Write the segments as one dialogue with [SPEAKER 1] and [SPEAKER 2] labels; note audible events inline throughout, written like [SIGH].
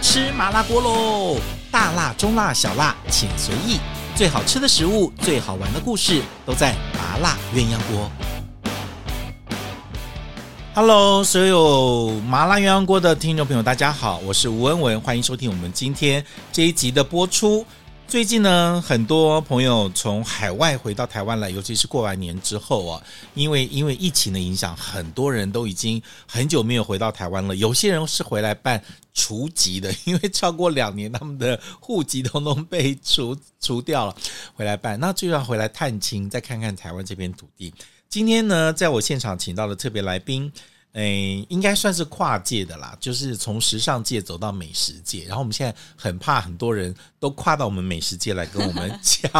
[SPEAKER 1] 吃麻辣锅喽！大辣、中辣、小辣，请随意。最好吃的食物，最好玩的故事，都在麻辣鸳鸯锅。Hello，所有麻辣鸳鸯锅的听众朋友，大家好，我是吴文文，欢迎收听我们今天这一集的播出。最近呢，很多朋友从海外回到台湾来，尤其是过完年之后啊，因为因为疫情的影响，很多人都已经很久没有回到台湾了。有些人是回来办除籍的，因为超过两年，他们的户籍通通被除除掉了，回来办。那就要回来探亲，再看看台湾这片土地。今天呢，在我现场请到的特别来宾，诶，应该算是跨界的啦，就是从时尚界走到美食界。然后我们现在很怕很多人都跨到我们美食界来跟我们抢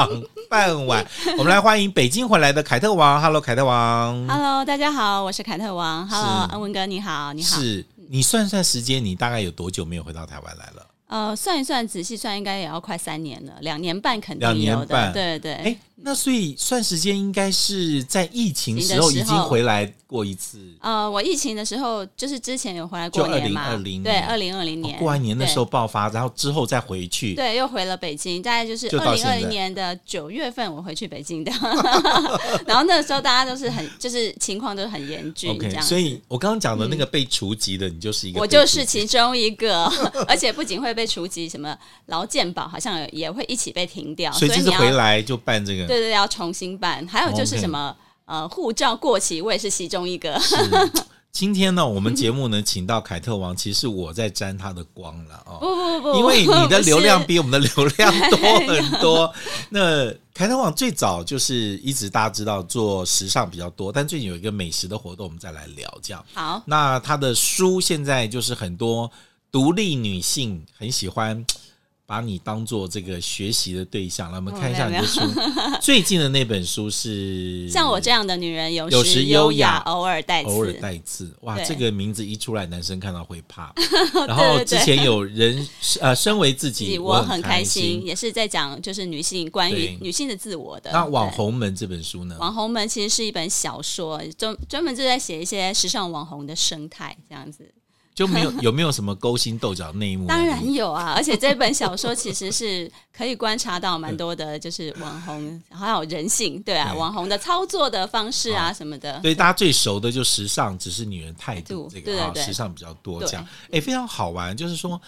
[SPEAKER 1] 饭
[SPEAKER 2] [LAUGHS]
[SPEAKER 1] 碗。我们来欢迎北京回来的凯特王，Hello，凯特王。
[SPEAKER 2] Hello，大家好，我是凯特王。Hello，
[SPEAKER 1] 是
[SPEAKER 2] 安文哥，你好，你好。
[SPEAKER 1] 是你算算时间，你大概有多久没有回到台湾来了？
[SPEAKER 2] 呃，算一算，仔细算，应该也要快三年了，两年半肯
[SPEAKER 1] 两
[SPEAKER 2] 定
[SPEAKER 1] 年
[SPEAKER 2] 有的。
[SPEAKER 1] 半
[SPEAKER 2] 对对。
[SPEAKER 1] 哎，那所以算时间应该是在疫情时候
[SPEAKER 2] 疫
[SPEAKER 1] 已
[SPEAKER 2] 情的时
[SPEAKER 1] 经
[SPEAKER 2] 候
[SPEAKER 1] 回来过一次，
[SPEAKER 2] 呃，我疫情的时候，就是之前有回来过
[SPEAKER 1] 就
[SPEAKER 2] 年嘛，
[SPEAKER 1] 2020
[SPEAKER 2] 对，
[SPEAKER 1] 年
[SPEAKER 2] 二零二零
[SPEAKER 1] 哦
[SPEAKER 2] 年、
[SPEAKER 1] 过完年的时候爆发，然后之后再回去。
[SPEAKER 2] 对，对，又回了北京，大概就是
[SPEAKER 1] 就到
[SPEAKER 2] 二
[SPEAKER 1] 现
[SPEAKER 2] 零
[SPEAKER 1] 在
[SPEAKER 2] 二零年的九月份，我回去北京的。 [LAUGHS] 然后那个时候大家都是很， [LAUGHS] 就是情况都很严峻这
[SPEAKER 1] OK，
[SPEAKER 2] 样。嗯
[SPEAKER 1] 所以我刚刚讲的那个被除籍的，你就是一个
[SPEAKER 2] 我
[SPEAKER 1] 被除籍，
[SPEAKER 2] 就是其中一个， [LAUGHS] 而且不仅会被除籍，什么劳健保好像也会一起被停掉，
[SPEAKER 1] 所
[SPEAKER 2] 所
[SPEAKER 1] 以
[SPEAKER 2] 以
[SPEAKER 1] 这
[SPEAKER 2] 你
[SPEAKER 1] 次
[SPEAKER 2] 要
[SPEAKER 1] 回来就办这个，
[SPEAKER 2] 对对，要重新办。还有就
[SPEAKER 1] 哦 OK
[SPEAKER 2] 是什么呃，护照过期，我也是其中一个。 [LAUGHS]
[SPEAKER 1] 今天呢，我们节目呢，请到凯特王，其实我在沾他的光了哦。
[SPEAKER 2] 不不不，
[SPEAKER 1] 因为你的
[SPEAKER 2] [LAUGHS] 不是
[SPEAKER 1] 流量比我们的流量多很多。那凯特网最早就是一直大家知道做时尚比较多，但最近有一个美食的活动，我们再来聊这样。
[SPEAKER 2] 好，
[SPEAKER 1] 那她的书现在就是很多独立女性很喜欢。把你当做这个学习的对象，来我们看一下你的书。 [LAUGHS] 最近的那本书是
[SPEAKER 2] 像我这样的女人，有
[SPEAKER 1] 有时
[SPEAKER 2] 时
[SPEAKER 1] 优
[SPEAKER 2] 优
[SPEAKER 1] 雅
[SPEAKER 2] 雅，偶尔带
[SPEAKER 1] 偶尔
[SPEAKER 2] 刺。
[SPEAKER 1] 带刺，哇，
[SPEAKER 2] 对
[SPEAKER 1] 这个名字一出来，男生看到会 [LAUGHS] 怕。然后
[SPEAKER 2] 对对
[SPEAKER 1] 之
[SPEAKER 2] 对
[SPEAKER 1] 前有人呃，身为自己，
[SPEAKER 2] 我
[SPEAKER 1] 很
[SPEAKER 2] 开
[SPEAKER 1] 心。
[SPEAKER 2] 也是在讲就是女性关
[SPEAKER 1] 对
[SPEAKER 2] 于女性的自我的。
[SPEAKER 1] 那《网
[SPEAKER 2] 对
[SPEAKER 1] 红们》这本书呢？
[SPEAKER 2] 网红们其实是一本小说，专专门就在写一些时尚网红的生态这样子。
[SPEAKER 1] 就没有有没有什么勾心斗角内幕？
[SPEAKER 2] 当然有啊，而且这本小说其实是可以观察到蛮多的，就是网
[SPEAKER 1] [LAUGHS]
[SPEAKER 2] 红还有人性，对啊，
[SPEAKER 1] 对
[SPEAKER 2] 网红的操作的方式啊
[SPEAKER 1] 好
[SPEAKER 2] 什么的。
[SPEAKER 1] 对大家最熟的就时尚，只是女人态度
[SPEAKER 2] 态度
[SPEAKER 1] 这个
[SPEAKER 2] 对
[SPEAKER 1] 啊，
[SPEAKER 2] 对对
[SPEAKER 1] 时尚比较多
[SPEAKER 2] 对
[SPEAKER 1] 这样。哎，非常好玩，就是说。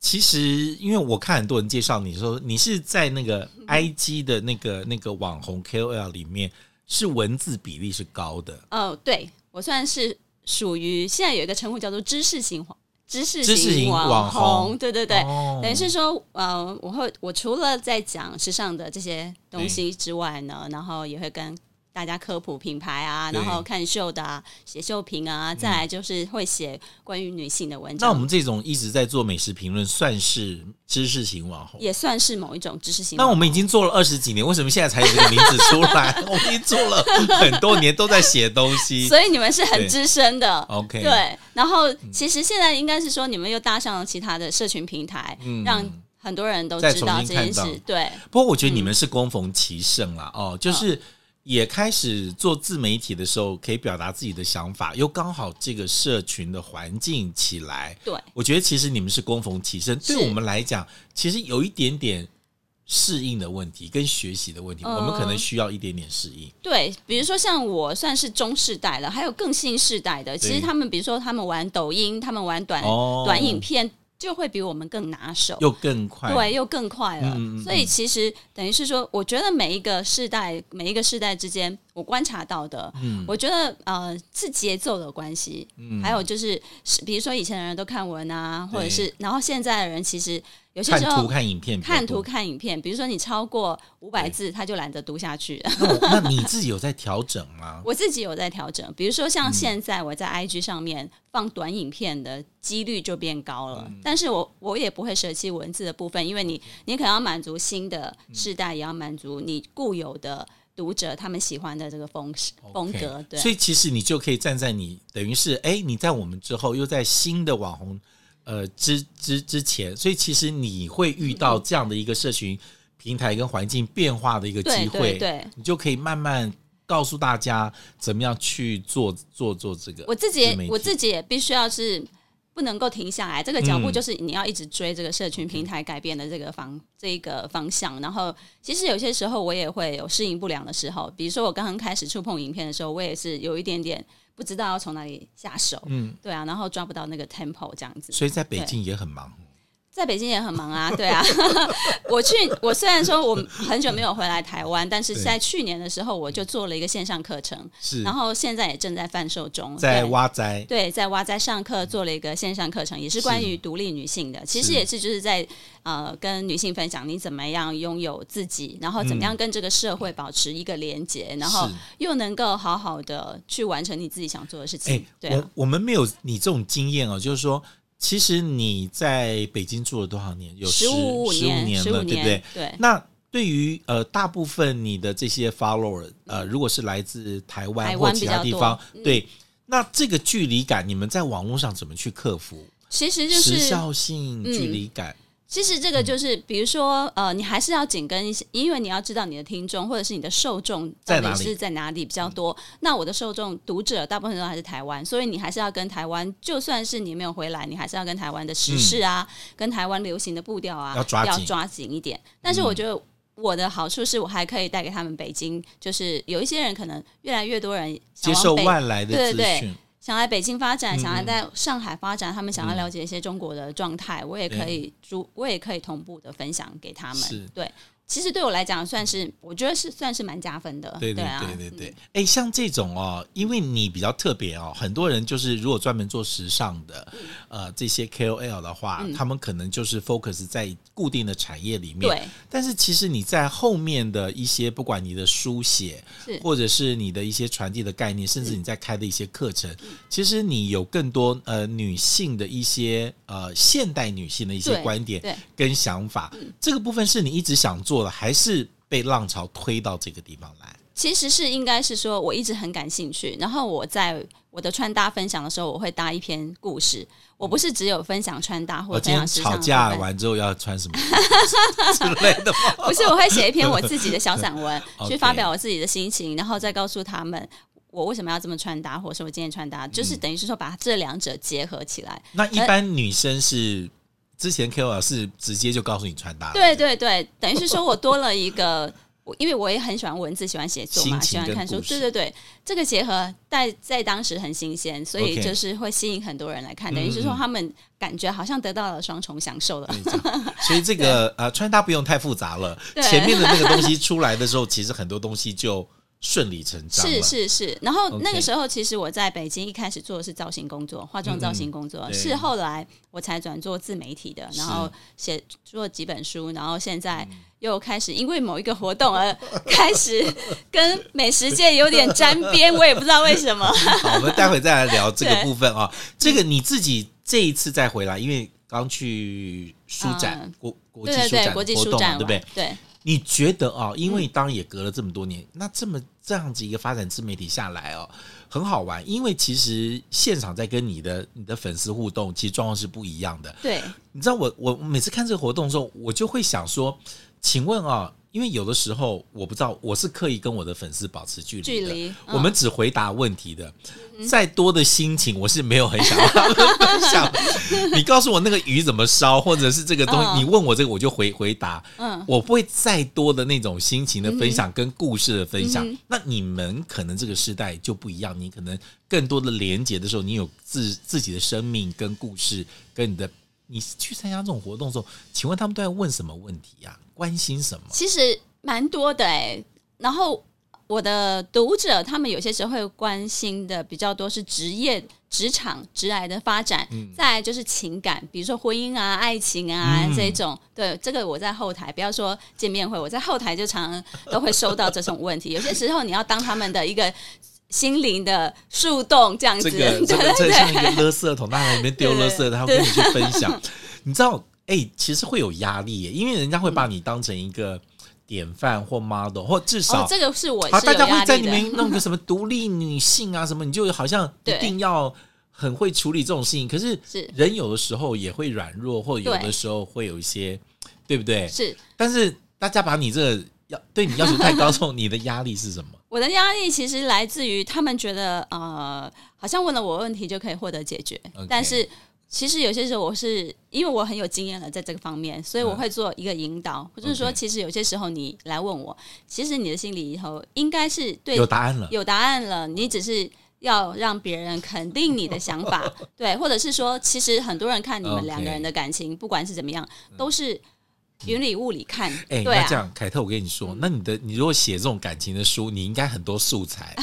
[SPEAKER 1] 其实，因为我看很多人介绍你说你是在那
[SPEAKER 2] 嗯
[SPEAKER 1] 个 I G 的那个那个网红 K O L 里面，是文字比例是高的，
[SPEAKER 2] 哦，对我算是属于现在有一个称呼叫做知识型网知识
[SPEAKER 1] 知识型
[SPEAKER 2] 型
[SPEAKER 1] 网
[SPEAKER 2] 网
[SPEAKER 1] 红
[SPEAKER 2] 红，对对对，
[SPEAKER 1] 哦
[SPEAKER 2] 等于是说，呃，我会我除了在讲时尚的这些东西之外呢，然后也会跟大家科普品牌啊，
[SPEAKER 1] 哦对嗯
[SPEAKER 2] 然后看秀的啊，写秀评啊，再来就是会写关于女性的文章。
[SPEAKER 1] 那我们这种一直在做美食评论，算是知识型网红。
[SPEAKER 2] 也算是某一种知识型网
[SPEAKER 1] 那我
[SPEAKER 2] 红。
[SPEAKER 1] 们已经做了二十几年，为什么现在才有这个名字出来？ [LAUGHS] 我们已经做了很多年，都在写东西。
[SPEAKER 2] 所以你们是
[SPEAKER 1] 对
[SPEAKER 2] 很资深的
[SPEAKER 1] OK
[SPEAKER 2] 对。然后其实现在应该是说，你们又搭上了其他的社群平台，让很多人都
[SPEAKER 1] 嗯再
[SPEAKER 2] 知
[SPEAKER 1] 重
[SPEAKER 2] 道这
[SPEAKER 1] 新
[SPEAKER 2] 件
[SPEAKER 1] 看到
[SPEAKER 2] 事。对，
[SPEAKER 1] 不过我觉得
[SPEAKER 2] 嗯
[SPEAKER 1] 你们是攻逢其盛啦，哦，就是也开始做自媒体的时候，可以表达自己的想法，又刚好这个社群的环境起来，
[SPEAKER 2] 对，
[SPEAKER 1] 我觉得其实你们是攻逢其盛。
[SPEAKER 2] 是
[SPEAKER 1] 对我们来讲，其实有一点点适应的问题跟学习的问题，
[SPEAKER 2] 嗯
[SPEAKER 1] 我们可能需要一点点适应。
[SPEAKER 2] 对，比如说像我算是中世代了，还有更新世代的，其
[SPEAKER 1] 对
[SPEAKER 2] 实他们比如说他们玩抖音，他们玩短、
[SPEAKER 1] 哦
[SPEAKER 2] 哎短影片，就会比我们更拿手，
[SPEAKER 1] 又更快，
[SPEAKER 2] 对，又更快了。
[SPEAKER 1] 嗯嗯嗯
[SPEAKER 2] 所以其实等于是说，我觉得每一个世代，每一个世代之间，我观察到的，
[SPEAKER 1] 嗯
[SPEAKER 2] 我觉得呃是节奏的关系，还有就是是比如说以前的人都看文啊，或者是然后现在的人其实有些
[SPEAKER 1] 看
[SPEAKER 2] 时
[SPEAKER 1] 图
[SPEAKER 2] 候。
[SPEAKER 1] 看影片比较多，
[SPEAKER 2] 看图看影片，比如说你超过五百字，他就懒得读下去。
[SPEAKER 1] 那我那你自己有在调整吗？
[SPEAKER 2] 我自己有在调整，比如说像
[SPEAKER 1] 嗯
[SPEAKER 2] 现在我在 IG 上面放短影片的几率就变高了，
[SPEAKER 1] 嗯
[SPEAKER 2] 但是我我也不会舍弃文字的部分，因为你你可能要满足新的世代，也要满足你固有的读者他们喜欢的这个风式风
[SPEAKER 1] OK，
[SPEAKER 2] 格，对
[SPEAKER 1] 所。以其实你就可以站在你等于是哎，你在我们之后，又在新的网红呃之之之前，所以其实你会遇到这样的一个社群平台跟环境变化的一个机
[SPEAKER 2] 对
[SPEAKER 1] 会，
[SPEAKER 2] 对对，
[SPEAKER 1] 你就可以慢慢告诉大家怎么样去做做做这个自媒体。
[SPEAKER 2] 我自己也我自己也必须要是不能够停下来，这个脚
[SPEAKER 1] 嗯
[SPEAKER 2] 步就是你要一直追这个社群平台改变的这个方、这一个方向。然后，其实有些时候我也会有适应不良的时候，比如说我刚刚开始触碰影片的时候，我也是有一点点不知道要从哪里下手，
[SPEAKER 1] 嗯，
[SPEAKER 2] 对啊，然后抓不到那个 tempo 这样子。
[SPEAKER 1] 所以在北京也很忙。
[SPEAKER 2] 在北京也很忙啊，对啊， [LAUGHS] 我去，我虽然说我很久没有回来台湾，但是
[SPEAKER 1] 对
[SPEAKER 2] 在去年的时候我就做了一个线上课程，
[SPEAKER 1] 是
[SPEAKER 2] 然后现在也正在贩售中，
[SPEAKER 1] 在
[SPEAKER 2] 对啊
[SPEAKER 1] 挖灾，
[SPEAKER 2] 对，在蛙在上课做了一个线上课程，也是关于独立女性的。其实也是就是在呃跟女性分享你怎么样拥有自己，然后怎么样跟这个社会保持一个连接，然后
[SPEAKER 1] 嗯是
[SPEAKER 2] 又能够好好的去完成你自己想做的事情。
[SPEAKER 1] 哎、
[SPEAKER 2] 对、啊
[SPEAKER 1] 我，我们没有你这种经验哦，就是说，其实你在北京住了多少年？有十15
[SPEAKER 2] 五年，
[SPEAKER 1] 年
[SPEAKER 2] 十
[SPEAKER 1] 了，
[SPEAKER 2] 五
[SPEAKER 1] 对不对？
[SPEAKER 2] 对
[SPEAKER 1] 那对于呃大部分你的这些 follower，呃，如果是来自台湾
[SPEAKER 2] 嗯台
[SPEAKER 1] 或
[SPEAKER 2] 湾
[SPEAKER 1] 其他地
[SPEAKER 2] 比较多嗯
[SPEAKER 1] 方，对，那这个距离感，你们在网络上怎么去克服？
[SPEAKER 2] 其实就
[SPEAKER 1] 时
[SPEAKER 2] 是嗯
[SPEAKER 1] 效性、距离感，
[SPEAKER 2] 其实这
[SPEAKER 1] 嗯
[SPEAKER 2] 个就是，比如说，呃，你还是要紧跟一些，因为你要知道你的听众或者是你的受众
[SPEAKER 1] 在
[SPEAKER 2] 到
[SPEAKER 1] 哪里
[SPEAKER 2] 底是在哪里比较多。那我的受众读者大部分都还是台湾，所以你还是要跟台湾，就算是你没有回来，你还是要跟台湾的时事啊，跟台湾流行的步调啊，
[SPEAKER 1] 嗯要抓紧嗯
[SPEAKER 2] 紧一点。但是我觉得。我的好处是我还可以带给他们北京，就是有一些人可能越来越多人
[SPEAKER 1] 接
[SPEAKER 2] 想往
[SPEAKER 1] 受
[SPEAKER 2] 北
[SPEAKER 1] 外来的
[SPEAKER 2] 对
[SPEAKER 1] 资
[SPEAKER 2] 对哦
[SPEAKER 1] 讯，
[SPEAKER 2] 想来北京发展，
[SPEAKER 1] 嗯
[SPEAKER 2] 想来在上海发展，他们想要了解一些中国的状态，我也可以逐，我也可以同步的分享给他
[SPEAKER 1] 是
[SPEAKER 2] 们。对，其实对我来讲，算是我觉得是算是蛮加分的。
[SPEAKER 1] 对对
[SPEAKER 2] 啊，
[SPEAKER 1] 对对对，哎、像这种哦，因为你比较特别哦，很多人就是如果专门做时尚的，
[SPEAKER 2] 嗯
[SPEAKER 1] 呃，这些 KOL 的话，他们可能就是 focus 在固定的产业里面。
[SPEAKER 2] 对
[SPEAKER 1] 但是其实你在后面的一些，不管你的书写
[SPEAKER 2] 是，
[SPEAKER 1] 或者是你的一些传递的概念，甚至你在开的一些课程，
[SPEAKER 2] 嗯
[SPEAKER 1] 其实你有更多呃女性的一些呃现代女性的一些
[SPEAKER 2] 对
[SPEAKER 1] 观点
[SPEAKER 2] 对嗯
[SPEAKER 1] 跟想法。这个部分是你一直想做的，还是被浪潮推到这个地方来？
[SPEAKER 2] 其实是应该是说，我一直很感兴趣。然后我在我的穿搭分享的时候，我会搭一篇故事。我不是只有分享穿搭或
[SPEAKER 1] 我
[SPEAKER 2] 者
[SPEAKER 1] 哦今天
[SPEAKER 2] 分享时尚
[SPEAKER 1] 吵
[SPEAKER 2] 的部分，
[SPEAKER 1] 架完之后要穿什么 [LAUGHS] 之类的
[SPEAKER 2] [LAUGHS]
[SPEAKER 1] 吗？，
[SPEAKER 2] 不是，我会写一篇我自己的小散文
[SPEAKER 1] OK [LAUGHS]
[SPEAKER 2] 去发表我自己的心情，然后再告诉他们我为什么要这么穿搭，或者是我今天穿搭，就是等于是说把这两者结合起来。
[SPEAKER 1] 那一般女生是之前 KOL 是直接就告诉你穿搭了，
[SPEAKER 2] 对对对，等于是说我多了一个。我因为我也很喜欢文字，喜欢写作
[SPEAKER 1] 心
[SPEAKER 2] 嘛，
[SPEAKER 1] 情
[SPEAKER 2] 喜欢
[SPEAKER 1] 跟
[SPEAKER 2] 看书，
[SPEAKER 1] 故事
[SPEAKER 2] 对对对，这个结合在在当时很新鲜，所
[SPEAKER 1] OK 嗯
[SPEAKER 2] 以就是会吸引很多人来看，等于是说他们感觉好像得到了双重享受了。
[SPEAKER 1] 跟你讲。 [LAUGHS] 所以这个呃穿搭不用太复杂了，
[SPEAKER 2] 对
[SPEAKER 1] 前面的那个东西出来的时候，其实很多东西就顺理成章了。
[SPEAKER 2] 是是是，然后
[SPEAKER 1] OK
[SPEAKER 2] 那个时候其实我在北京一开始做的是造型工作，化妆造型工作，
[SPEAKER 1] 嗯对
[SPEAKER 2] 是后来我才转做自媒体的，
[SPEAKER 1] 是嗯
[SPEAKER 2] 然后写做几本书，然后现在又开始因为某一个活
[SPEAKER 1] [LAUGHS]
[SPEAKER 2] 动而开始跟美食界有点沾边，我也不知道为什么。
[SPEAKER 1] 好，我们待会再来聊这个
[SPEAKER 2] 对嗯
[SPEAKER 1] 部分啊。这个你自己这一次再回来，因为刚去书展、
[SPEAKER 2] 嗯
[SPEAKER 1] 国国际
[SPEAKER 2] 对对
[SPEAKER 1] 书
[SPEAKER 2] 对，
[SPEAKER 1] 展
[SPEAKER 2] 国际
[SPEAKER 1] 活
[SPEAKER 2] 书
[SPEAKER 1] 动嘛，
[SPEAKER 2] 展
[SPEAKER 1] 对不对
[SPEAKER 2] 完？？对，
[SPEAKER 1] 你觉得啊、因为当然也隔了这么多年，那这么这样子一个发展自媒体下来哦，很好玩，因为其实现场在跟你的你的粉丝互动，其实状况是不一样的。
[SPEAKER 2] 对，
[SPEAKER 1] 你知道我我每次看这个活动的时候，我就会想说，请问啊、因为有的时候我不知道，我是刻意跟我的粉丝保持距离的，
[SPEAKER 2] 距离嗯
[SPEAKER 1] 我们只回答问题的，再多的心情我是没有很想要他们分
[SPEAKER 2] [LAUGHS]
[SPEAKER 1] 享。你告诉我那个鱼怎么烧，或者是这个东西，
[SPEAKER 2] 嗯
[SPEAKER 1] 你问我这个我就回回答，
[SPEAKER 2] 嗯，
[SPEAKER 1] 我不会再多的那种心情的分享跟故事的分
[SPEAKER 2] 嗯
[SPEAKER 1] 享。那你们可能这个时代就不一样，你可能更多的连接的时候，你有自自己的生命跟故事，跟你的你去参加这种活动的时候，请问他们都在问什么问题呀、关心什么？
[SPEAKER 2] 其实蛮多的哎、然后我的读者他们有些时候会关心的比较多是职业、职场、职癌的发展，
[SPEAKER 1] 嗯
[SPEAKER 2] 再来就是情感，比如说婚姻啊、爱情啊、
[SPEAKER 1] 嗯
[SPEAKER 2] 这种。对，这个我在后台，不要说见面会，我在后台就常常都会收到这种问题。有 [LAUGHS] 些时候你要当他们的一个。心灵的树洞这样子，
[SPEAKER 1] 这个这
[SPEAKER 2] [LAUGHS] 对
[SPEAKER 1] 个
[SPEAKER 2] 对
[SPEAKER 1] 这
[SPEAKER 2] 对，
[SPEAKER 1] 像一个垃圾桶，他往里面丢垃圾，
[SPEAKER 2] 对
[SPEAKER 1] 然后跟你去分享。你知道，哎、其实会有压力耶，因为人家会把你当成一个典范或 model，或至少、
[SPEAKER 2] 哦，这个是我
[SPEAKER 1] 啊，
[SPEAKER 2] 是
[SPEAKER 1] 大
[SPEAKER 2] 有
[SPEAKER 1] 家会
[SPEAKER 2] 压
[SPEAKER 1] 在
[SPEAKER 2] 力
[SPEAKER 1] 里
[SPEAKER 2] 的。
[SPEAKER 1] 面弄个什么独立女性啊，什么，你就好像一
[SPEAKER 2] 对
[SPEAKER 1] 定要很会处理这种事情。可是
[SPEAKER 2] 是
[SPEAKER 1] 人有的时候也会软弱，或者有
[SPEAKER 2] 对
[SPEAKER 1] 的时候会有一些，对不对？
[SPEAKER 2] 是
[SPEAKER 1] 但是大家把你这个要对你要求太高之后，你的压力是什么？
[SPEAKER 2] 我的压力其实来自于他们觉得呃，好像问了我问题就可以获得解决
[SPEAKER 1] OK
[SPEAKER 2] 但是其实有些时候我是因为我很有经验了，在这个方面，所以我会做一个引导，或者是说，
[SPEAKER 1] OK
[SPEAKER 2] 其实有些时候你来问我，其实你的心里头应该是对
[SPEAKER 1] 有答案了，
[SPEAKER 2] 有答案了，你只是要让别人肯定你的
[SPEAKER 1] [LAUGHS]
[SPEAKER 2] 想法，对，或者是说，其实很多人看你们
[SPEAKER 1] OK 嗯
[SPEAKER 2] 两个人的感情，不管是怎么样，都是云里雾里看，
[SPEAKER 1] 哎、
[SPEAKER 2] 对
[SPEAKER 1] 那这
[SPEAKER 2] 啊，
[SPEAKER 1] 样，凯特，我跟你说，那你的你如果写这种感情的书，你应该很多素
[SPEAKER 2] [LAUGHS]
[SPEAKER 1] 材。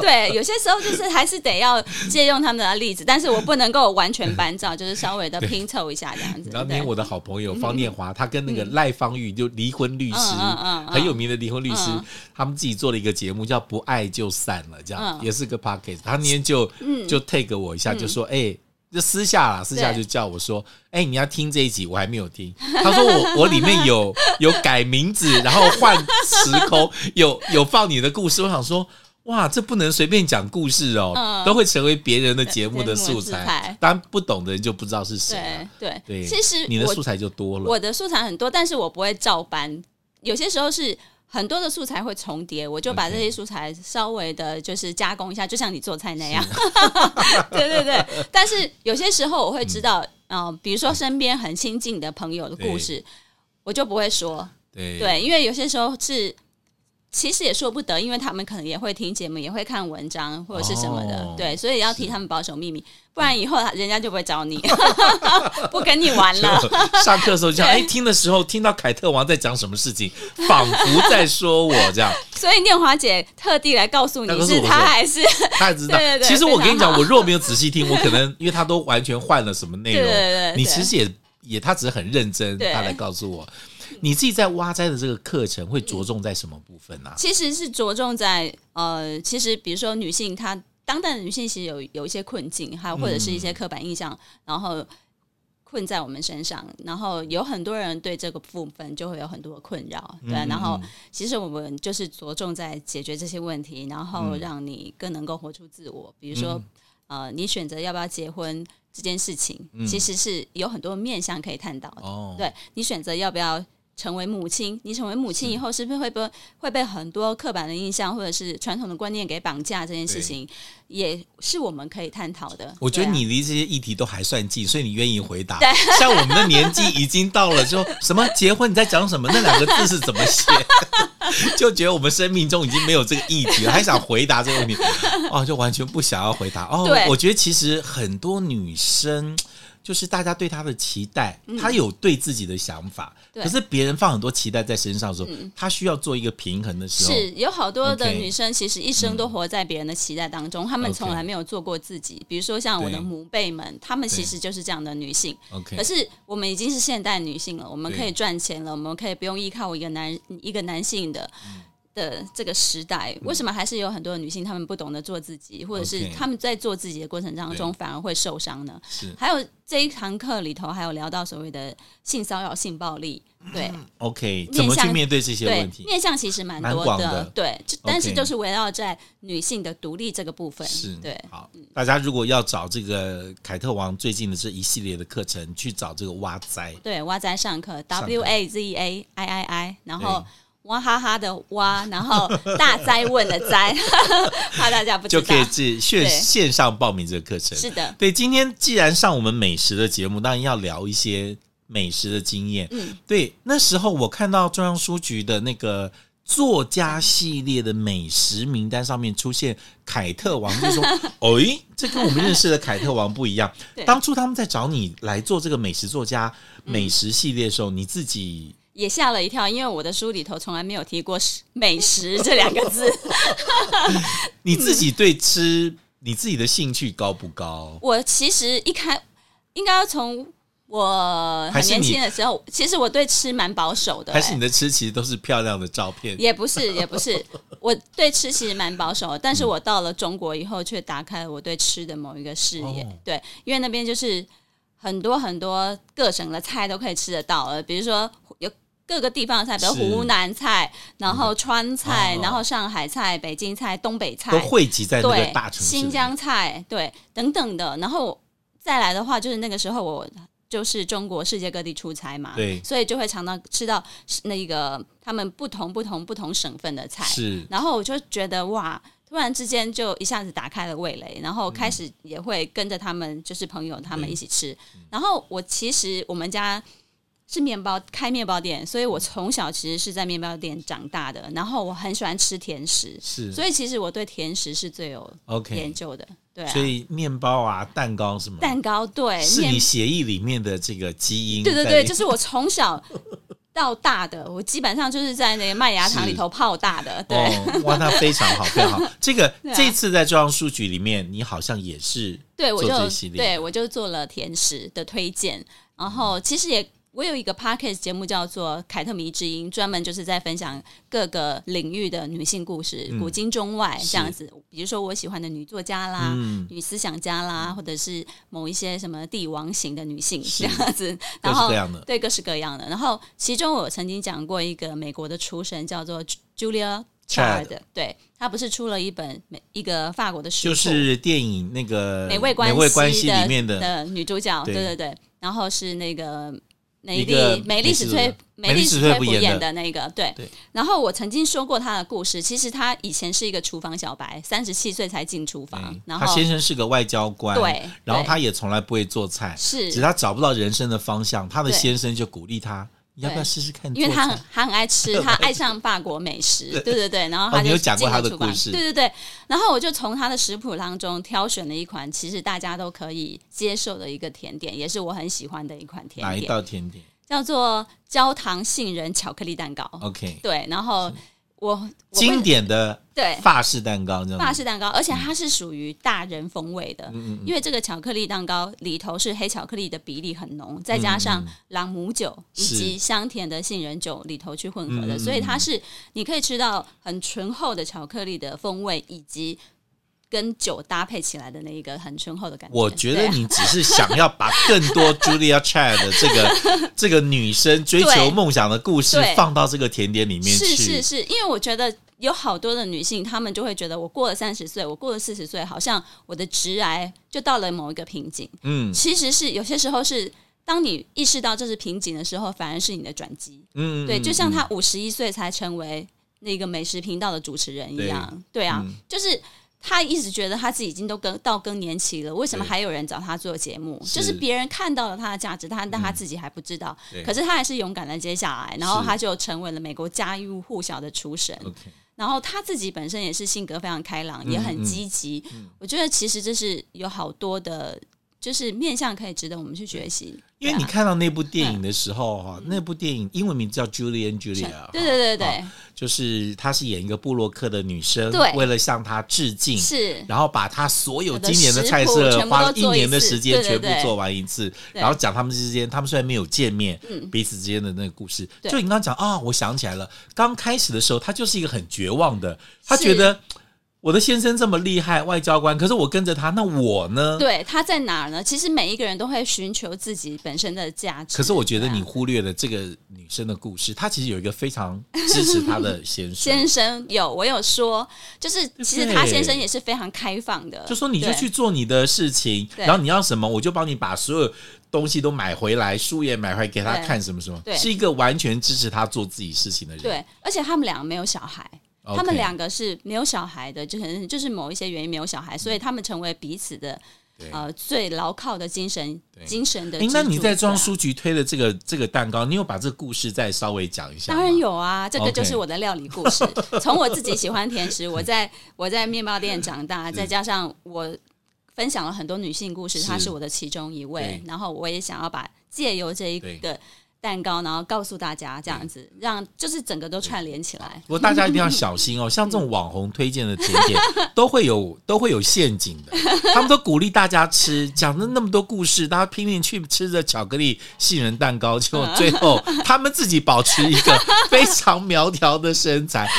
[SPEAKER 2] 对，有些时候就是还是得要借用他们的例子，但是我不能够完全搬照，就是稍微的拼凑一下这样子，
[SPEAKER 1] 然后
[SPEAKER 2] 对嗯
[SPEAKER 1] 连我的好朋友方念华，他跟那个赖芳玉就离婚律师
[SPEAKER 2] 嗯嗯嗯，嗯
[SPEAKER 1] 很有名的离婚律师
[SPEAKER 2] 嗯，
[SPEAKER 1] 他们自己做了一个节目叫《不爱就散了》，这样
[SPEAKER 2] 嗯
[SPEAKER 1] 也是个 podcast。他那天就就 take 我一下，就说：“
[SPEAKER 2] 嗯
[SPEAKER 1] 哎，就私下啦，私下就叫我说：‘哎，你要听这一集，我还没有听。’他说我
[SPEAKER 2] [LAUGHS]
[SPEAKER 1] 我里面有有改名字，然后换时
[SPEAKER 2] [LAUGHS]
[SPEAKER 1] 空，有有放你的故事。我想说。”哇，这不能随便讲故事哦，
[SPEAKER 2] 嗯
[SPEAKER 1] 都会成为别人的节目的
[SPEAKER 2] 节目
[SPEAKER 1] 素
[SPEAKER 2] 的素材
[SPEAKER 1] 当然不懂的人就不知道是谁了。
[SPEAKER 2] 对
[SPEAKER 1] 对，
[SPEAKER 2] 对，其实
[SPEAKER 1] 你的
[SPEAKER 2] 我
[SPEAKER 1] 素材就多了。
[SPEAKER 2] 我的素材很多，但是我不会照搬。有些时候是很多的素材会重叠，我就把
[SPEAKER 1] OK
[SPEAKER 2] 这些素材稍微的，就是加工一下，就像你做菜那样。 [LAUGHS] 对对对，但是有些时候我会知道，嗯、比如说身边很亲近的朋友的故事，我就不会说，
[SPEAKER 1] 对
[SPEAKER 2] 对，因为有些时候是。其实也说不得，因为他们可能也会听节目，也会看文章或者是什么的，
[SPEAKER 1] 哦
[SPEAKER 2] 对，所以要替他们保守秘密，不然以后人家就不会找你，
[SPEAKER 1] [LAUGHS]
[SPEAKER 2] 不跟你 [LAUGHS] 玩了。
[SPEAKER 1] 就上课的时候这样，哎，
[SPEAKER 2] [LAUGHS] 对
[SPEAKER 1] 听的时候听到凯特王在讲什么事情，仿佛在说我这样，
[SPEAKER 2] 所以念华姐特地来告诉
[SPEAKER 1] 那个
[SPEAKER 2] 你，
[SPEAKER 1] 是我
[SPEAKER 2] 是
[SPEAKER 1] 说
[SPEAKER 2] 她还是
[SPEAKER 1] 他知道
[SPEAKER 2] [LAUGHS] 对对。对
[SPEAKER 1] 其实我跟你
[SPEAKER 2] 非常
[SPEAKER 1] 讲，
[SPEAKER 2] 好
[SPEAKER 1] 我若没有仔细听，我可能 [LAUGHS] 因为他都完全换了什么内容，
[SPEAKER 2] 对对对对
[SPEAKER 1] 你其实也也他只是很认真，
[SPEAKER 2] 对
[SPEAKER 1] 他来告诉我。你自己在挖斋的这个课程会着重在什么部分啊呢、
[SPEAKER 2] 其实是着重在呃，其实比如说女性她当代的女性其实有有一些困境，还有或者是一些刻板印象，然后困在我们身上，然后有很多人对这个部分就会有很多的困扰，对啊、然后其实我们就是着重在解决这些问题，然后让你更能够活出自我，比如说。呃，你选择要不要结婚这件事情，其实是有很多面向可以探讨的。
[SPEAKER 1] 哦，
[SPEAKER 2] 对你选择要不要成为母亲，你成为母亲以后是不是会被会被很多刻板的印象或者是传统的观念给绑架？这件事情也是我们可以探讨的。
[SPEAKER 1] 我觉得
[SPEAKER 2] 对啊
[SPEAKER 1] 你离这些议题都还算近，所以你愿意回答。像我们的年纪已经到了，就什么结婚你在讲什么？那两个字是怎么
[SPEAKER 2] [LAUGHS]
[SPEAKER 1] 写？就觉得我们生命中已经没有这个议题了，还想回答这
[SPEAKER 2] [LAUGHS]
[SPEAKER 1] 个问题，哦，就完全不想要回答。哦
[SPEAKER 2] 对，
[SPEAKER 1] 我觉得其实很多女生。就是大家对她的期待，她有对自己的想法，
[SPEAKER 2] 嗯对嗯
[SPEAKER 1] 可是别人放很多期待在身上的时候，她需要做一个平衡的时候，
[SPEAKER 2] 是有好多的
[SPEAKER 1] OK 嗯
[SPEAKER 2] 女生，其实一生都活在别人的期待当中，她们
[SPEAKER 1] OK
[SPEAKER 2] 从来没有做过自己。比如说像我
[SPEAKER 1] 对
[SPEAKER 2] 的母辈们，她们
[SPEAKER 1] 对
[SPEAKER 2] 其实就是这样的女性。
[SPEAKER 1] OK，
[SPEAKER 2] 可是我们已经是现代女性了，我们
[SPEAKER 1] 对
[SPEAKER 2] 可以赚钱了，我们可以不用依靠一个男一个男性的。
[SPEAKER 1] 嗯
[SPEAKER 2] 的这个时代，为什么还是有很多的女性她们不懂得做自己，或者是
[SPEAKER 1] OK
[SPEAKER 2] 她们在做自己的过程当中反而会受伤呢？
[SPEAKER 1] 是
[SPEAKER 2] 还有这一堂课里头还有聊到所谓的性骚扰、性暴力，对
[SPEAKER 1] OK，
[SPEAKER 2] 面
[SPEAKER 1] 怎么去
[SPEAKER 2] 向
[SPEAKER 1] 面嗯对这些
[SPEAKER 2] 对
[SPEAKER 1] 问，题？
[SPEAKER 2] 面向其实蛮
[SPEAKER 1] 蛮
[SPEAKER 2] 多
[SPEAKER 1] 广的
[SPEAKER 2] 对，就但是
[SPEAKER 1] OK
[SPEAKER 2] 就是围绕在女性的独立这个部分，
[SPEAKER 1] 是，
[SPEAKER 2] 对，
[SPEAKER 1] 好，大家如果要找这个凯特王最近的这一系列的课程，去找这个挖灾。
[SPEAKER 2] 对，蛙仔上课
[SPEAKER 1] 上课
[SPEAKER 2] ，W A Z E A I I I，然后哇哈哈的哇，然后大灾问的灾， [LAUGHS] 怕大家不知
[SPEAKER 1] 就
[SPEAKER 2] 道
[SPEAKER 1] 可。以至线
[SPEAKER 2] 对
[SPEAKER 1] 线上报名这个课程。
[SPEAKER 2] 是的，
[SPEAKER 1] 对，今天既然上我们美食的节目，当然要聊一些美食的经验。
[SPEAKER 2] 嗯，
[SPEAKER 1] 对，那时候我看到中央书局的那个作家系列的美食名单上面出现凯特王，
[SPEAKER 2] [LAUGHS]
[SPEAKER 1] 就说：“哎，这跟我们认识的凯特王不一样。
[SPEAKER 2] 对”
[SPEAKER 1] 当初他们在找你来做这个美食作家美食系列的时候，你自己
[SPEAKER 2] 也吓了一跳，因为我的书里头从来没有提过食美食这两个
[SPEAKER 1] [LAUGHS]
[SPEAKER 2] 字。
[SPEAKER 1] 你自己对吃，你自己的兴趣高不高？
[SPEAKER 2] 我其实一开应该要从我
[SPEAKER 1] 还
[SPEAKER 2] 很
[SPEAKER 1] 是
[SPEAKER 2] 年
[SPEAKER 1] 你
[SPEAKER 2] 轻的时候，其实我对吃蛮保守的、
[SPEAKER 1] 还是
[SPEAKER 2] 哎
[SPEAKER 1] 你的吃其实都是漂亮的照片？
[SPEAKER 2] 也不是，也不是，我对吃其实蛮保守的，但
[SPEAKER 1] 嗯
[SPEAKER 2] 是我到了中国以后，却打开了我对吃的某一个视野。
[SPEAKER 1] 哦
[SPEAKER 2] 对，因为那边就是很多很多各省的菜都可以吃得到了，比如说有各个地方的菜，比如
[SPEAKER 1] 是
[SPEAKER 2] 湖南菜，然后川菜，
[SPEAKER 1] 哦
[SPEAKER 2] 然后上海菜、北京菜、东北菜
[SPEAKER 1] 都，汇集在那个
[SPEAKER 2] 对
[SPEAKER 1] 大，城市里
[SPEAKER 2] 新疆菜，对，等等的。然后再来的话，就是那个时候我就是中国世界各地出差嘛，
[SPEAKER 1] 对
[SPEAKER 2] 所以就会常常吃到那个他们不同不同不同省份的菜。
[SPEAKER 1] 是
[SPEAKER 2] 然后我就觉得哇，突然之间就一下子打开了味蕾，然后开始也会跟着他们，就是朋友他们一起吃。
[SPEAKER 1] 嗯
[SPEAKER 2] 然后我其实我们家是面包开面包店，所以我从小其实是在面包店长大的。然后我很喜欢吃甜食，
[SPEAKER 1] 是
[SPEAKER 2] 所以其实我对甜食是最有
[SPEAKER 1] OK
[SPEAKER 2] 研究的。对、啊
[SPEAKER 1] 所，以面包啊，蛋糕什么，
[SPEAKER 2] 蛋糕对
[SPEAKER 1] 是
[SPEAKER 2] 面
[SPEAKER 1] 你协议里面的这个基因在
[SPEAKER 2] 对
[SPEAKER 1] 里
[SPEAKER 2] 对
[SPEAKER 1] 面，
[SPEAKER 2] 对，就是我从小到大的，我基本上就是在那个麦芽糖里头泡大的。对，
[SPEAKER 1] 哦，哇，那非常好，非常好。
[SPEAKER 2] [LAUGHS]
[SPEAKER 1] 这个、
[SPEAKER 2] 对啊
[SPEAKER 1] 这次在中央书局里面，你好像也是
[SPEAKER 2] 对我
[SPEAKER 1] 做这一
[SPEAKER 2] 就
[SPEAKER 1] 系列
[SPEAKER 2] 对我就做了甜食的推荐，然后其实也。我有一个 podcast 节目叫做《凯特迷之音》，专门就是在分享各个领域的女性故事，古今中外
[SPEAKER 1] 嗯是
[SPEAKER 2] 这样子。比如说我喜欢的女作家啦、
[SPEAKER 1] 嗯
[SPEAKER 2] 女思想家啦，或者是某一些什么帝王型的女性
[SPEAKER 1] 是
[SPEAKER 2] 这样子。
[SPEAKER 1] 各
[SPEAKER 2] 然
[SPEAKER 1] 式
[SPEAKER 2] 后
[SPEAKER 1] 各样的。
[SPEAKER 2] 对，各式各样的。然后其中我曾经讲过一个美国的厨神叫做 Ju- Julia
[SPEAKER 1] Child
[SPEAKER 2] Child，对他不是出了一本美一个法国的食谱，
[SPEAKER 1] 就是电影那个
[SPEAKER 2] 美味关
[SPEAKER 1] 呃美味关
[SPEAKER 2] 系
[SPEAKER 1] 系
[SPEAKER 2] 的
[SPEAKER 1] 里面的
[SPEAKER 2] 的女主角，
[SPEAKER 1] 对
[SPEAKER 2] 对对对。然后是那个美
[SPEAKER 1] 一个
[SPEAKER 2] 丽美
[SPEAKER 1] 美
[SPEAKER 2] 丽
[SPEAKER 1] 食
[SPEAKER 2] 史
[SPEAKER 1] 主
[SPEAKER 2] 翠
[SPEAKER 1] 角
[SPEAKER 2] 美
[SPEAKER 1] 美
[SPEAKER 2] 丽
[SPEAKER 1] 丽史
[SPEAKER 2] 史
[SPEAKER 1] 翠
[SPEAKER 2] 翠
[SPEAKER 1] 普
[SPEAKER 2] 普
[SPEAKER 1] 演
[SPEAKER 2] 演
[SPEAKER 1] 的
[SPEAKER 2] 的那个对
[SPEAKER 1] 对。
[SPEAKER 2] 然后我曾经说过她的故事，其实她以前是一个厨房小白，三十七岁才进厨房
[SPEAKER 1] 嗯，
[SPEAKER 2] 然
[SPEAKER 1] 他
[SPEAKER 2] 后
[SPEAKER 1] 先生是个外交官，
[SPEAKER 2] 对
[SPEAKER 1] 然后
[SPEAKER 2] 对
[SPEAKER 1] 他也从来不会做菜，
[SPEAKER 2] 是
[SPEAKER 1] 只是他找不到人生的方向，他的
[SPEAKER 2] 对
[SPEAKER 1] 先生就鼓励他，你要不要
[SPEAKER 2] 对
[SPEAKER 1] 试试看做菜？
[SPEAKER 2] 因为他很他很
[SPEAKER 1] [LAUGHS]
[SPEAKER 2] 爱吃，他爱上法国美食，对对对，然后
[SPEAKER 1] 哦
[SPEAKER 2] 他
[SPEAKER 1] 你
[SPEAKER 2] 就
[SPEAKER 1] 有讲过
[SPEAKER 2] 进
[SPEAKER 1] 他
[SPEAKER 2] 了
[SPEAKER 1] 的
[SPEAKER 2] 厨房
[SPEAKER 1] 故事
[SPEAKER 2] 对对对，然后我就从他的食谱当中挑选了一款其实大家都可以接受的一个甜点，也是我很喜欢的一款
[SPEAKER 1] 哪
[SPEAKER 2] 甜
[SPEAKER 1] 一
[SPEAKER 2] 点，
[SPEAKER 1] 道甜点
[SPEAKER 2] 叫做焦糖杏仁巧克力蛋糕。
[SPEAKER 1] ？OK，
[SPEAKER 2] 哦对，然后我我会
[SPEAKER 1] 哦经典的
[SPEAKER 2] 对
[SPEAKER 1] 法式蛋糕，这样子
[SPEAKER 2] 法式蛋糕，而且它是属于大人风味
[SPEAKER 1] 嗯
[SPEAKER 2] 的，因为这个巧克力蛋糕里头是黑巧克力的比例很浓，再加
[SPEAKER 1] 嗯
[SPEAKER 2] 上朗姆酒以
[SPEAKER 1] 是
[SPEAKER 2] 及香甜的杏仁酒里头去混合
[SPEAKER 1] 嗯嗯嗯
[SPEAKER 2] 的，所以它是你可以吃到很醇厚的巧克力的风味，以及跟酒搭配起来的那一个很醇厚的感觉。
[SPEAKER 1] 我觉
[SPEAKER 2] 对
[SPEAKER 1] 得你只是想要把更多 Julia Child 的这
[SPEAKER 2] [LAUGHS]
[SPEAKER 1] 个这个女生追求
[SPEAKER 2] 对
[SPEAKER 1] 梦想的故事
[SPEAKER 2] 对
[SPEAKER 1] 放到这个甜点里面去，
[SPEAKER 2] 是是是，因为我觉得有好多的女性，她们就会觉得我过了三十岁，我过了四十岁，好像我的直癌就到了某一个瓶颈。
[SPEAKER 1] 嗯
[SPEAKER 2] 其实是有些时候是，当你意识到这是瓶颈的时候，反而是你的转机。
[SPEAKER 1] 嗯，嗯
[SPEAKER 2] 对，
[SPEAKER 1] 嗯
[SPEAKER 2] 就像
[SPEAKER 1] 嗯
[SPEAKER 2] 他五十一岁才成为那个美食频道的主持人一样，对啊，
[SPEAKER 1] 嗯
[SPEAKER 2] 就是。他一直觉得他自己已经都更到更年期了，为什么
[SPEAKER 1] 对
[SPEAKER 2] 还有人找他做节目？
[SPEAKER 1] 是
[SPEAKER 2] 就是别人看到了他的价值，他但他自己还不知道
[SPEAKER 1] 嗯对。
[SPEAKER 2] 可是他还是勇敢的接下来，然后
[SPEAKER 1] 是呃
[SPEAKER 2] 他就成为了美国家喻户晓的厨神。
[SPEAKER 1] OK，
[SPEAKER 2] 然后他自己本身也是性格非常开朗，
[SPEAKER 1] 嗯
[SPEAKER 2] 也很积极。我觉得其实这是有好多的，就是面向可以值得我们去学习。
[SPEAKER 1] 因为你
[SPEAKER 2] 对啊
[SPEAKER 1] 看到那部电影的时候哈，那部电影英文名字叫 Julia and Julia，哈
[SPEAKER 2] 嗯对对对对
[SPEAKER 1] 哦，就是她是演一个布洛克的女生，
[SPEAKER 2] 对
[SPEAKER 1] 为了向他致敬。
[SPEAKER 2] 是
[SPEAKER 1] 然后把她所有
[SPEAKER 2] 我的
[SPEAKER 1] 今年的菜
[SPEAKER 2] 食谱
[SPEAKER 1] 色
[SPEAKER 2] 全部
[SPEAKER 1] 花了
[SPEAKER 2] 都
[SPEAKER 1] 一
[SPEAKER 2] 做一
[SPEAKER 1] 年的
[SPEAKER 2] 次
[SPEAKER 1] 时间
[SPEAKER 2] 对
[SPEAKER 1] 全
[SPEAKER 2] 对
[SPEAKER 1] 部
[SPEAKER 2] 对
[SPEAKER 1] 做完一次，
[SPEAKER 2] 对
[SPEAKER 1] 然后讲他们之间，他们虽然没有见面，
[SPEAKER 2] 嗯
[SPEAKER 1] 彼此之间的那个故事。
[SPEAKER 2] 对
[SPEAKER 1] 就你刚刚讲啊、我想起来了，刚开始的时候，她就是一个很绝望的，她
[SPEAKER 2] 是
[SPEAKER 1] 觉得我的先生这么厉害，外交官，可是我跟着他，那我呢？
[SPEAKER 2] 对，他在哪儿呢？其实每一个人都会寻求自己本身的价值。
[SPEAKER 1] 可是我觉得
[SPEAKER 2] 对啊
[SPEAKER 1] 你忽略了这个女生的故事，她其实有一个非常支持她的先生，
[SPEAKER 2] [LAUGHS] 先生有我有说，就是其实他先生也是非常开放的，
[SPEAKER 1] 就说你就
[SPEAKER 2] 对
[SPEAKER 1] 去做你的事情，
[SPEAKER 2] 对
[SPEAKER 1] 然后你要什么，我就帮你把所有东西都买回来，书也买回来给她
[SPEAKER 2] 对
[SPEAKER 1] 看，什么什么，
[SPEAKER 2] 对
[SPEAKER 1] 是一个完全支持她做自己事情的人。
[SPEAKER 2] 对，而且他们两个没有小孩。
[SPEAKER 1] OK，
[SPEAKER 2] 他们两个是没有小孩的，就可能就是某一些原因没有小孩，所以他们成为彼此的
[SPEAKER 1] 嗯对
[SPEAKER 2] 呃最牢靠的精神
[SPEAKER 1] 对
[SPEAKER 2] 精神的
[SPEAKER 1] 诶
[SPEAKER 2] 支柱。
[SPEAKER 1] 那你在
[SPEAKER 2] 对啊
[SPEAKER 1] 装书局推的这个这个蛋糕，你有把这个故事再稍微讲一下？
[SPEAKER 2] 当然。有啊，这个
[SPEAKER 1] OK
[SPEAKER 2] 就
[SPEAKER 1] 嗯
[SPEAKER 2] 是我的料理故
[SPEAKER 1] [LAUGHS]
[SPEAKER 2] 事。从我自己喜欢甜食，我在我在面包店长大，再加上我分享了很多女性故事，
[SPEAKER 1] 是
[SPEAKER 2] 她是我的其中一位
[SPEAKER 1] 对。
[SPEAKER 2] 然后我也想要把借由这一个蛋糕，然后告诉大家这样子，让就是整个都串联起来。
[SPEAKER 1] 不过大家一定要小心
[SPEAKER 2] [LAUGHS]
[SPEAKER 1] 哦，像这种网红推荐的甜点都会有都会有陷阱的，他们都鼓励大家吃，讲了那么多故事，大家拼命去吃着巧克力杏仁蛋糕，结
[SPEAKER 2] 嗯
[SPEAKER 1] 果最后他们自己保持一个非常苗条的身
[SPEAKER 2] [LAUGHS]
[SPEAKER 1] 材。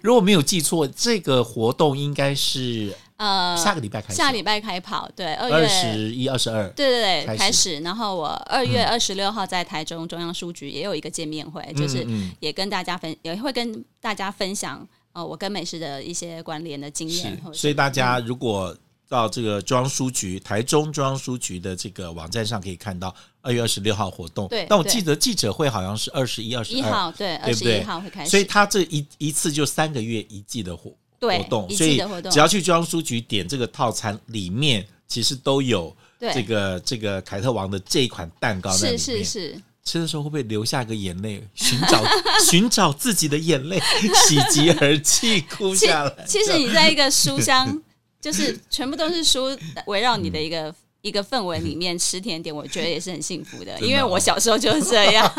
[SPEAKER 1] 如果没有记错，这个活动应该是
[SPEAKER 2] 呃，
[SPEAKER 1] 下个礼拜开始，
[SPEAKER 2] 下礼拜开跑，对，二
[SPEAKER 1] 二
[SPEAKER 2] 月
[SPEAKER 1] 十一、二十二，
[SPEAKER 2] 对对
[SPEAKER 1] 开始嗯
[SPEAKER 2] 对，开始。然后我二月二十六号在台中中央书局也有一个见面会，就是
[SPEAKER 1] 嗯
[SPEAKER 2] 也跟大家分，也会跟大家分享呃我跟美食的一些关联的经验
[SPEAKER 1] 是，
[SPEAKER 2] 或者
[SPEAKER 1] 所以大家如果到这个中央书局、台中中央书局的这个网站上可以看到二月二十六号活动。
[SPEAKER 2] 对
[SPEAKER 1] 但我
[SPEAKER 2] 对
[SPEAKER 1] 记得记者会好像是二十一、二十
[SPEAKER 2] 一
[SPEAKER 1] 二，
[SPEAKER 2] 号对，
[SPEAKER 1] 呃对
[SPEAKER 2] 二
[SPEAKER 1] 不
[SPEAKER 2] 十
[SPEAKER 1] 对
[SPEAKER 2] 一号会开始，
[SPEAKER 1] 所以他这一一次就三个月一季的活
[SPEAKER 2] 对
[SPEAKER 1] 活动，
[SPEAKER 2] 一
[SPEAKER 1] 所
[SPEAKER 2] 季
[SPEAKER 1] 以
[SPEAKER 2] 的活动
[SPEAKER 1] 只要去中央书局点这个套餐，里面其实都有
[SPEAKER 2] 对
[SPEAKER 1] 这个这个凯特王的这一款蛋糕在里
[SPEAKER 2] 是
[SPEAKER 1] 面。
[SPEAKER 2] 是是，
[SPEAKER 1] 吃的时候会不会流下个眼泪？寻找寻找自己的眼泪，喜极而泣，哭
[SPEAKER 2] 其
[SPEAKER 1] 下来。
[SPEAKER 2] 其实你在一个
[SPEAKER 1] [LAUGHS]
[SPEAKER 2] 书香，就是全部都是书围绕
[SPEAKER 1] 嗯
[SPEAKER 2] 你的一个。一个氛围里面吃甜点，我觉得也是很幸福
[SPEAKER 1] [LAUGHS]
[SPEAKER 2] 的，
[SPEAKER 1] 的
[SPEAKER 2] 因为
[SPEAKER 1] 哦
[SPEAKER 2] 我小时候就是这样。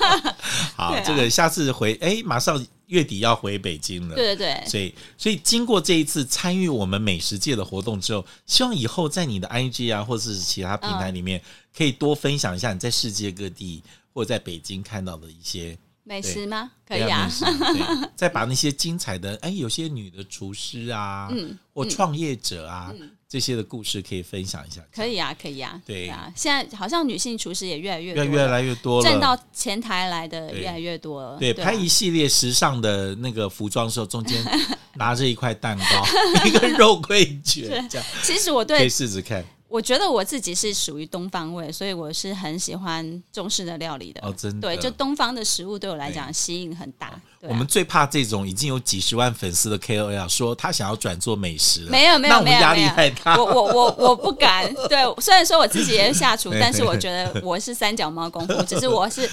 [SPEAKER 1] [LAUGHS] 好，
[SPEAKER 2] 对啊
[SPEAKER 1] 这个下次回哎，马上月底要回北京了。
[SPEAKER 2] 对对对，
[SPEAKER 1] 所以，所以经过这一次参与我们美食界的活动之后，希望以后在你的 IG 啊，或是其他平台
[SPEAKER 2] 嗯
[SPEAKER 1] 里面，可以多分享一下你在世界各地或在北京看到的一些
[SPEAKER 2] 美食吗？可
[SPEAKER 1] 美
[SPEAKER 2] 以啊
[SPEAKER 1] 食，
[SPEAKER 2] [LAUGHS]
[SPEAKER 1] 对，再把那些精彩的，哎，有些女的厨师啊，
[SPEAKER 2] 嗯，
[SPEAKER 1] 或创业者啊、这些的故事，可以分享一下。
[SPEAKER 2] 可以啊，可以啊。
[SPEAKER 1] 对
[SPEAKER 2] 啊，现在好像女性厨师也越来越多
[SPEAKER 1] 越
[SPEAKER 2] 了，
[SPEAKER 1] 越来越多
[SPEAKER 2] 站
[SPEAKER 1] 了。
[SPEAKER 2] 到前台来的越来越多了。
[SPEAKER 1] 对，
[SPEAKER 2] 啊
[SPEAKER 1] 拍一系列时尚的那个服装的时候，中
[SPEAKER 2] [LAUGHS]
[SPEAKER 1] 间拿着一块蛋糕， [LAUGHS] 一个肉桂卷，这样
[SPEAKER 2] 其实我
[SPEAKER 1] 可以
[SPEAKER 2] 对，
[SPEAKER 1] 试试看。
[SPEAKER 2] 我觉得我自己是属于东方味，所以我是很喜欢中式的料理的。
[SPEAKER 1] 哦真的哦
[SPEAKER 2] 对，就东方的食物对我来讲吸引很大。对啊
[SPEAKER 1] 我们最怕这种已经有几十万粉丝的 KOL 说他想要转做美食了，
[SPEAKER 2] 没有没
[SPEAKER 1] 那
[SPEAKER 2] 有
[SPEAKER 1] 我
[SPEAKER 2] 没
[SPEAKER 1] 们
[SPEAKER 2] 有
[SPEAKER 1] 压
[SPEAKER 2] 没
[SPEAKER 1] 力
[SPEAKER 2] 有，
[SPEAKER 1] 太大。，
[SPEAKER 2] 我我我我不敢。对，虽然说我自己也是下厨
[SPEAKER 1] [LAUGHS]
[SPEAKER 2] 但是我觉得我是三脚猫功夫，只是我是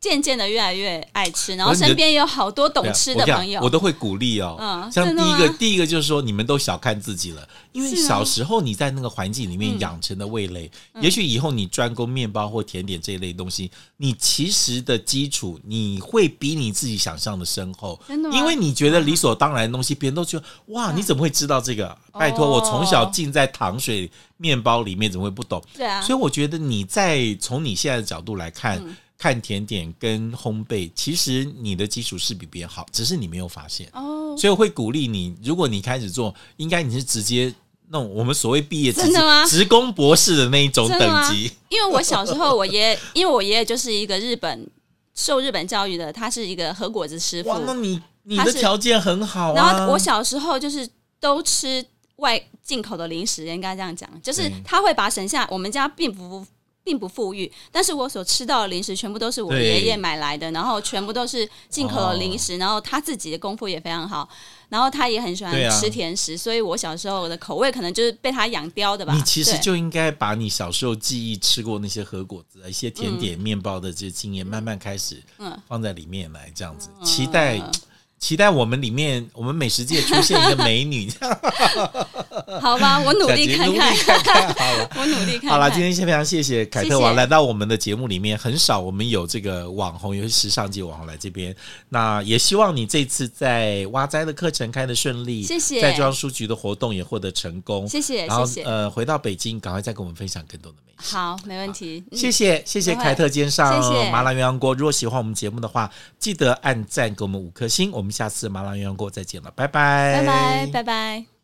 [SPEAKER 2] 渐渐的越来越爱吃，然后
[SPEAKER 1] 我觉得
[SPEAKER 2] 身边有好多懂
[SPEAKER 1] 对啊
[SPEAKER 2] 吃
[SPEAKER 1] 我
[SPEAKER 2] 的
[SPEAKER 1] 跟你
[SPEAKER 2] 朋友
[SPEAKER 1] 讲我。都会鼓励哦。
[SPEAKER 2] 嗯
[SPEAKER 1] 像
[SPEAKER 2] 真的
[SPEAKER 1] 第一个
[SPEAKER 2] 吗，
[SPEAKER 1] 第一个就是说，你们都小看自己了，因为
[SPEAKER 2] 是嗯啊
[SPEAKER 1] 小时候你在那个环境里面养成的味蕾，也许以后你专攻面包或甜点这一类东西，你其实的基础你会比你自己想象的深厚，
[SPEAKER 2] 真的吗嗯
[SPEAKER 1] 因为你觉得理所当然的东西，别人都觉得哇，你怎么会知道这个？拜托，我从小浸在糖水面包里面，怎么会不懂？
[SPEAKER 2] 对啊，嗯
[SPEAKER 1] 所以我觉得你在从你现在的角度来看，看甜点跟烘焙，其实你的基础是比别人好，只是你没有发现。
[SPEAKER 2] 哦，
[SPEAKER 1] 所以我会鼓励你，如果你开始做，应该你是直接那种我们所谓毕业直
[SPEAKER 2] 真的吗
[SPEAKER 1] 职工博士的那一种
[SPEAKER 2] 真的吗
[SPEAKER 1] 等级。
[SPEAKER 2] 因为我小时候，我爷爷，因为我爷爷就是一个日本受日本教育的，他是一个和果子师傅
[SPEAKER 1] 哇，，那你你
[SPEAKER 2] 他
[SPEAKER 1] 的
[SPEAKER 2] 是
[SPEAKER 1] 条件很好啊。
[SPEAKER 2] 然后我小时候就是都吃外进口的零食，应该这样讲，就是
[SPEAKER 1] 对
[SPEAKER 2] 他会把省下。我们家并不并不富裕，但是我所吃到的零食全部都是我
[SPEAKER 1] 对
[SPEAKER 2] 爷爷买来的，然后全部都是进口的零食，然后他自己的功夫也非常好，然后他也很喜欢
[SPEAKER 1] 对啊
[SPEAKER 2] 吃甜食，所以我小时候的口味可能就是被他养刁的吧。
[SPEAKER 1] 你其实
[SPEAKER 2] 对
[SPEAKER 1] 就应该把你小时候记忆吃过那些和果子、啊一些甜点、面包的这些经验，慢慢开始
[SPEAKER 2] 嗯
[SPEAKER 1] 放在里面来，这样子
[SPEAKER 2] 嗯
[SPEAKER 1] 期待。期待我们里面，我们美食界出现一个美
[SPEAKER 2] [LAUGHS]
[SPEAKER 1] 女，这样
[SPEAKER 2] 好吧，我努力看
[SPEAKER 1] 努力
[SPEAKER 2] 看，
[SPEAKER 1] 看看好了。
[SPEAKER 2] [LAUGHS] 我努力看看。
[SPEAKER 1] 好了，今天先非常谢谢凯特
[SPEAKER 2] 谢
[SPEAKER 1] 王
[SPEAKER 2] 谢
[SPEAKER 1] 来到我们的节目里面，很少我们有这个网红，尤其时尚界网红来这边。那也希望你这次在挖斋的课程开的顺利，
[SPEAKER 2] 谢谢
[SPEAKER 1] 在中央书局的活动也获得成功，
[SPEAKER 2] 谢谢
[SPEAKER 1] 然后
[SPEAKER 2] 谢谢
[SPEAKER 1] 呃，回到北京，赶快再跟我们分享更多的美食。
[SPEAKER 2] 好，没问题。嗯
[SPEAKER 1] 谢谢谢谢
[SPEAKER 2] 不会
[SPEAKER 1] 凯特今天上
[SPEAKER 2] 谢谢
[SPEAKER 1] 麻辣鸳鸯锅。如果喜欢我们节目的话，记得按赞给我们五颗星。我们下次麻辣鸳鸯锅再见了，拜拜，
[SPEAKER 2] 拜拜，拜拜。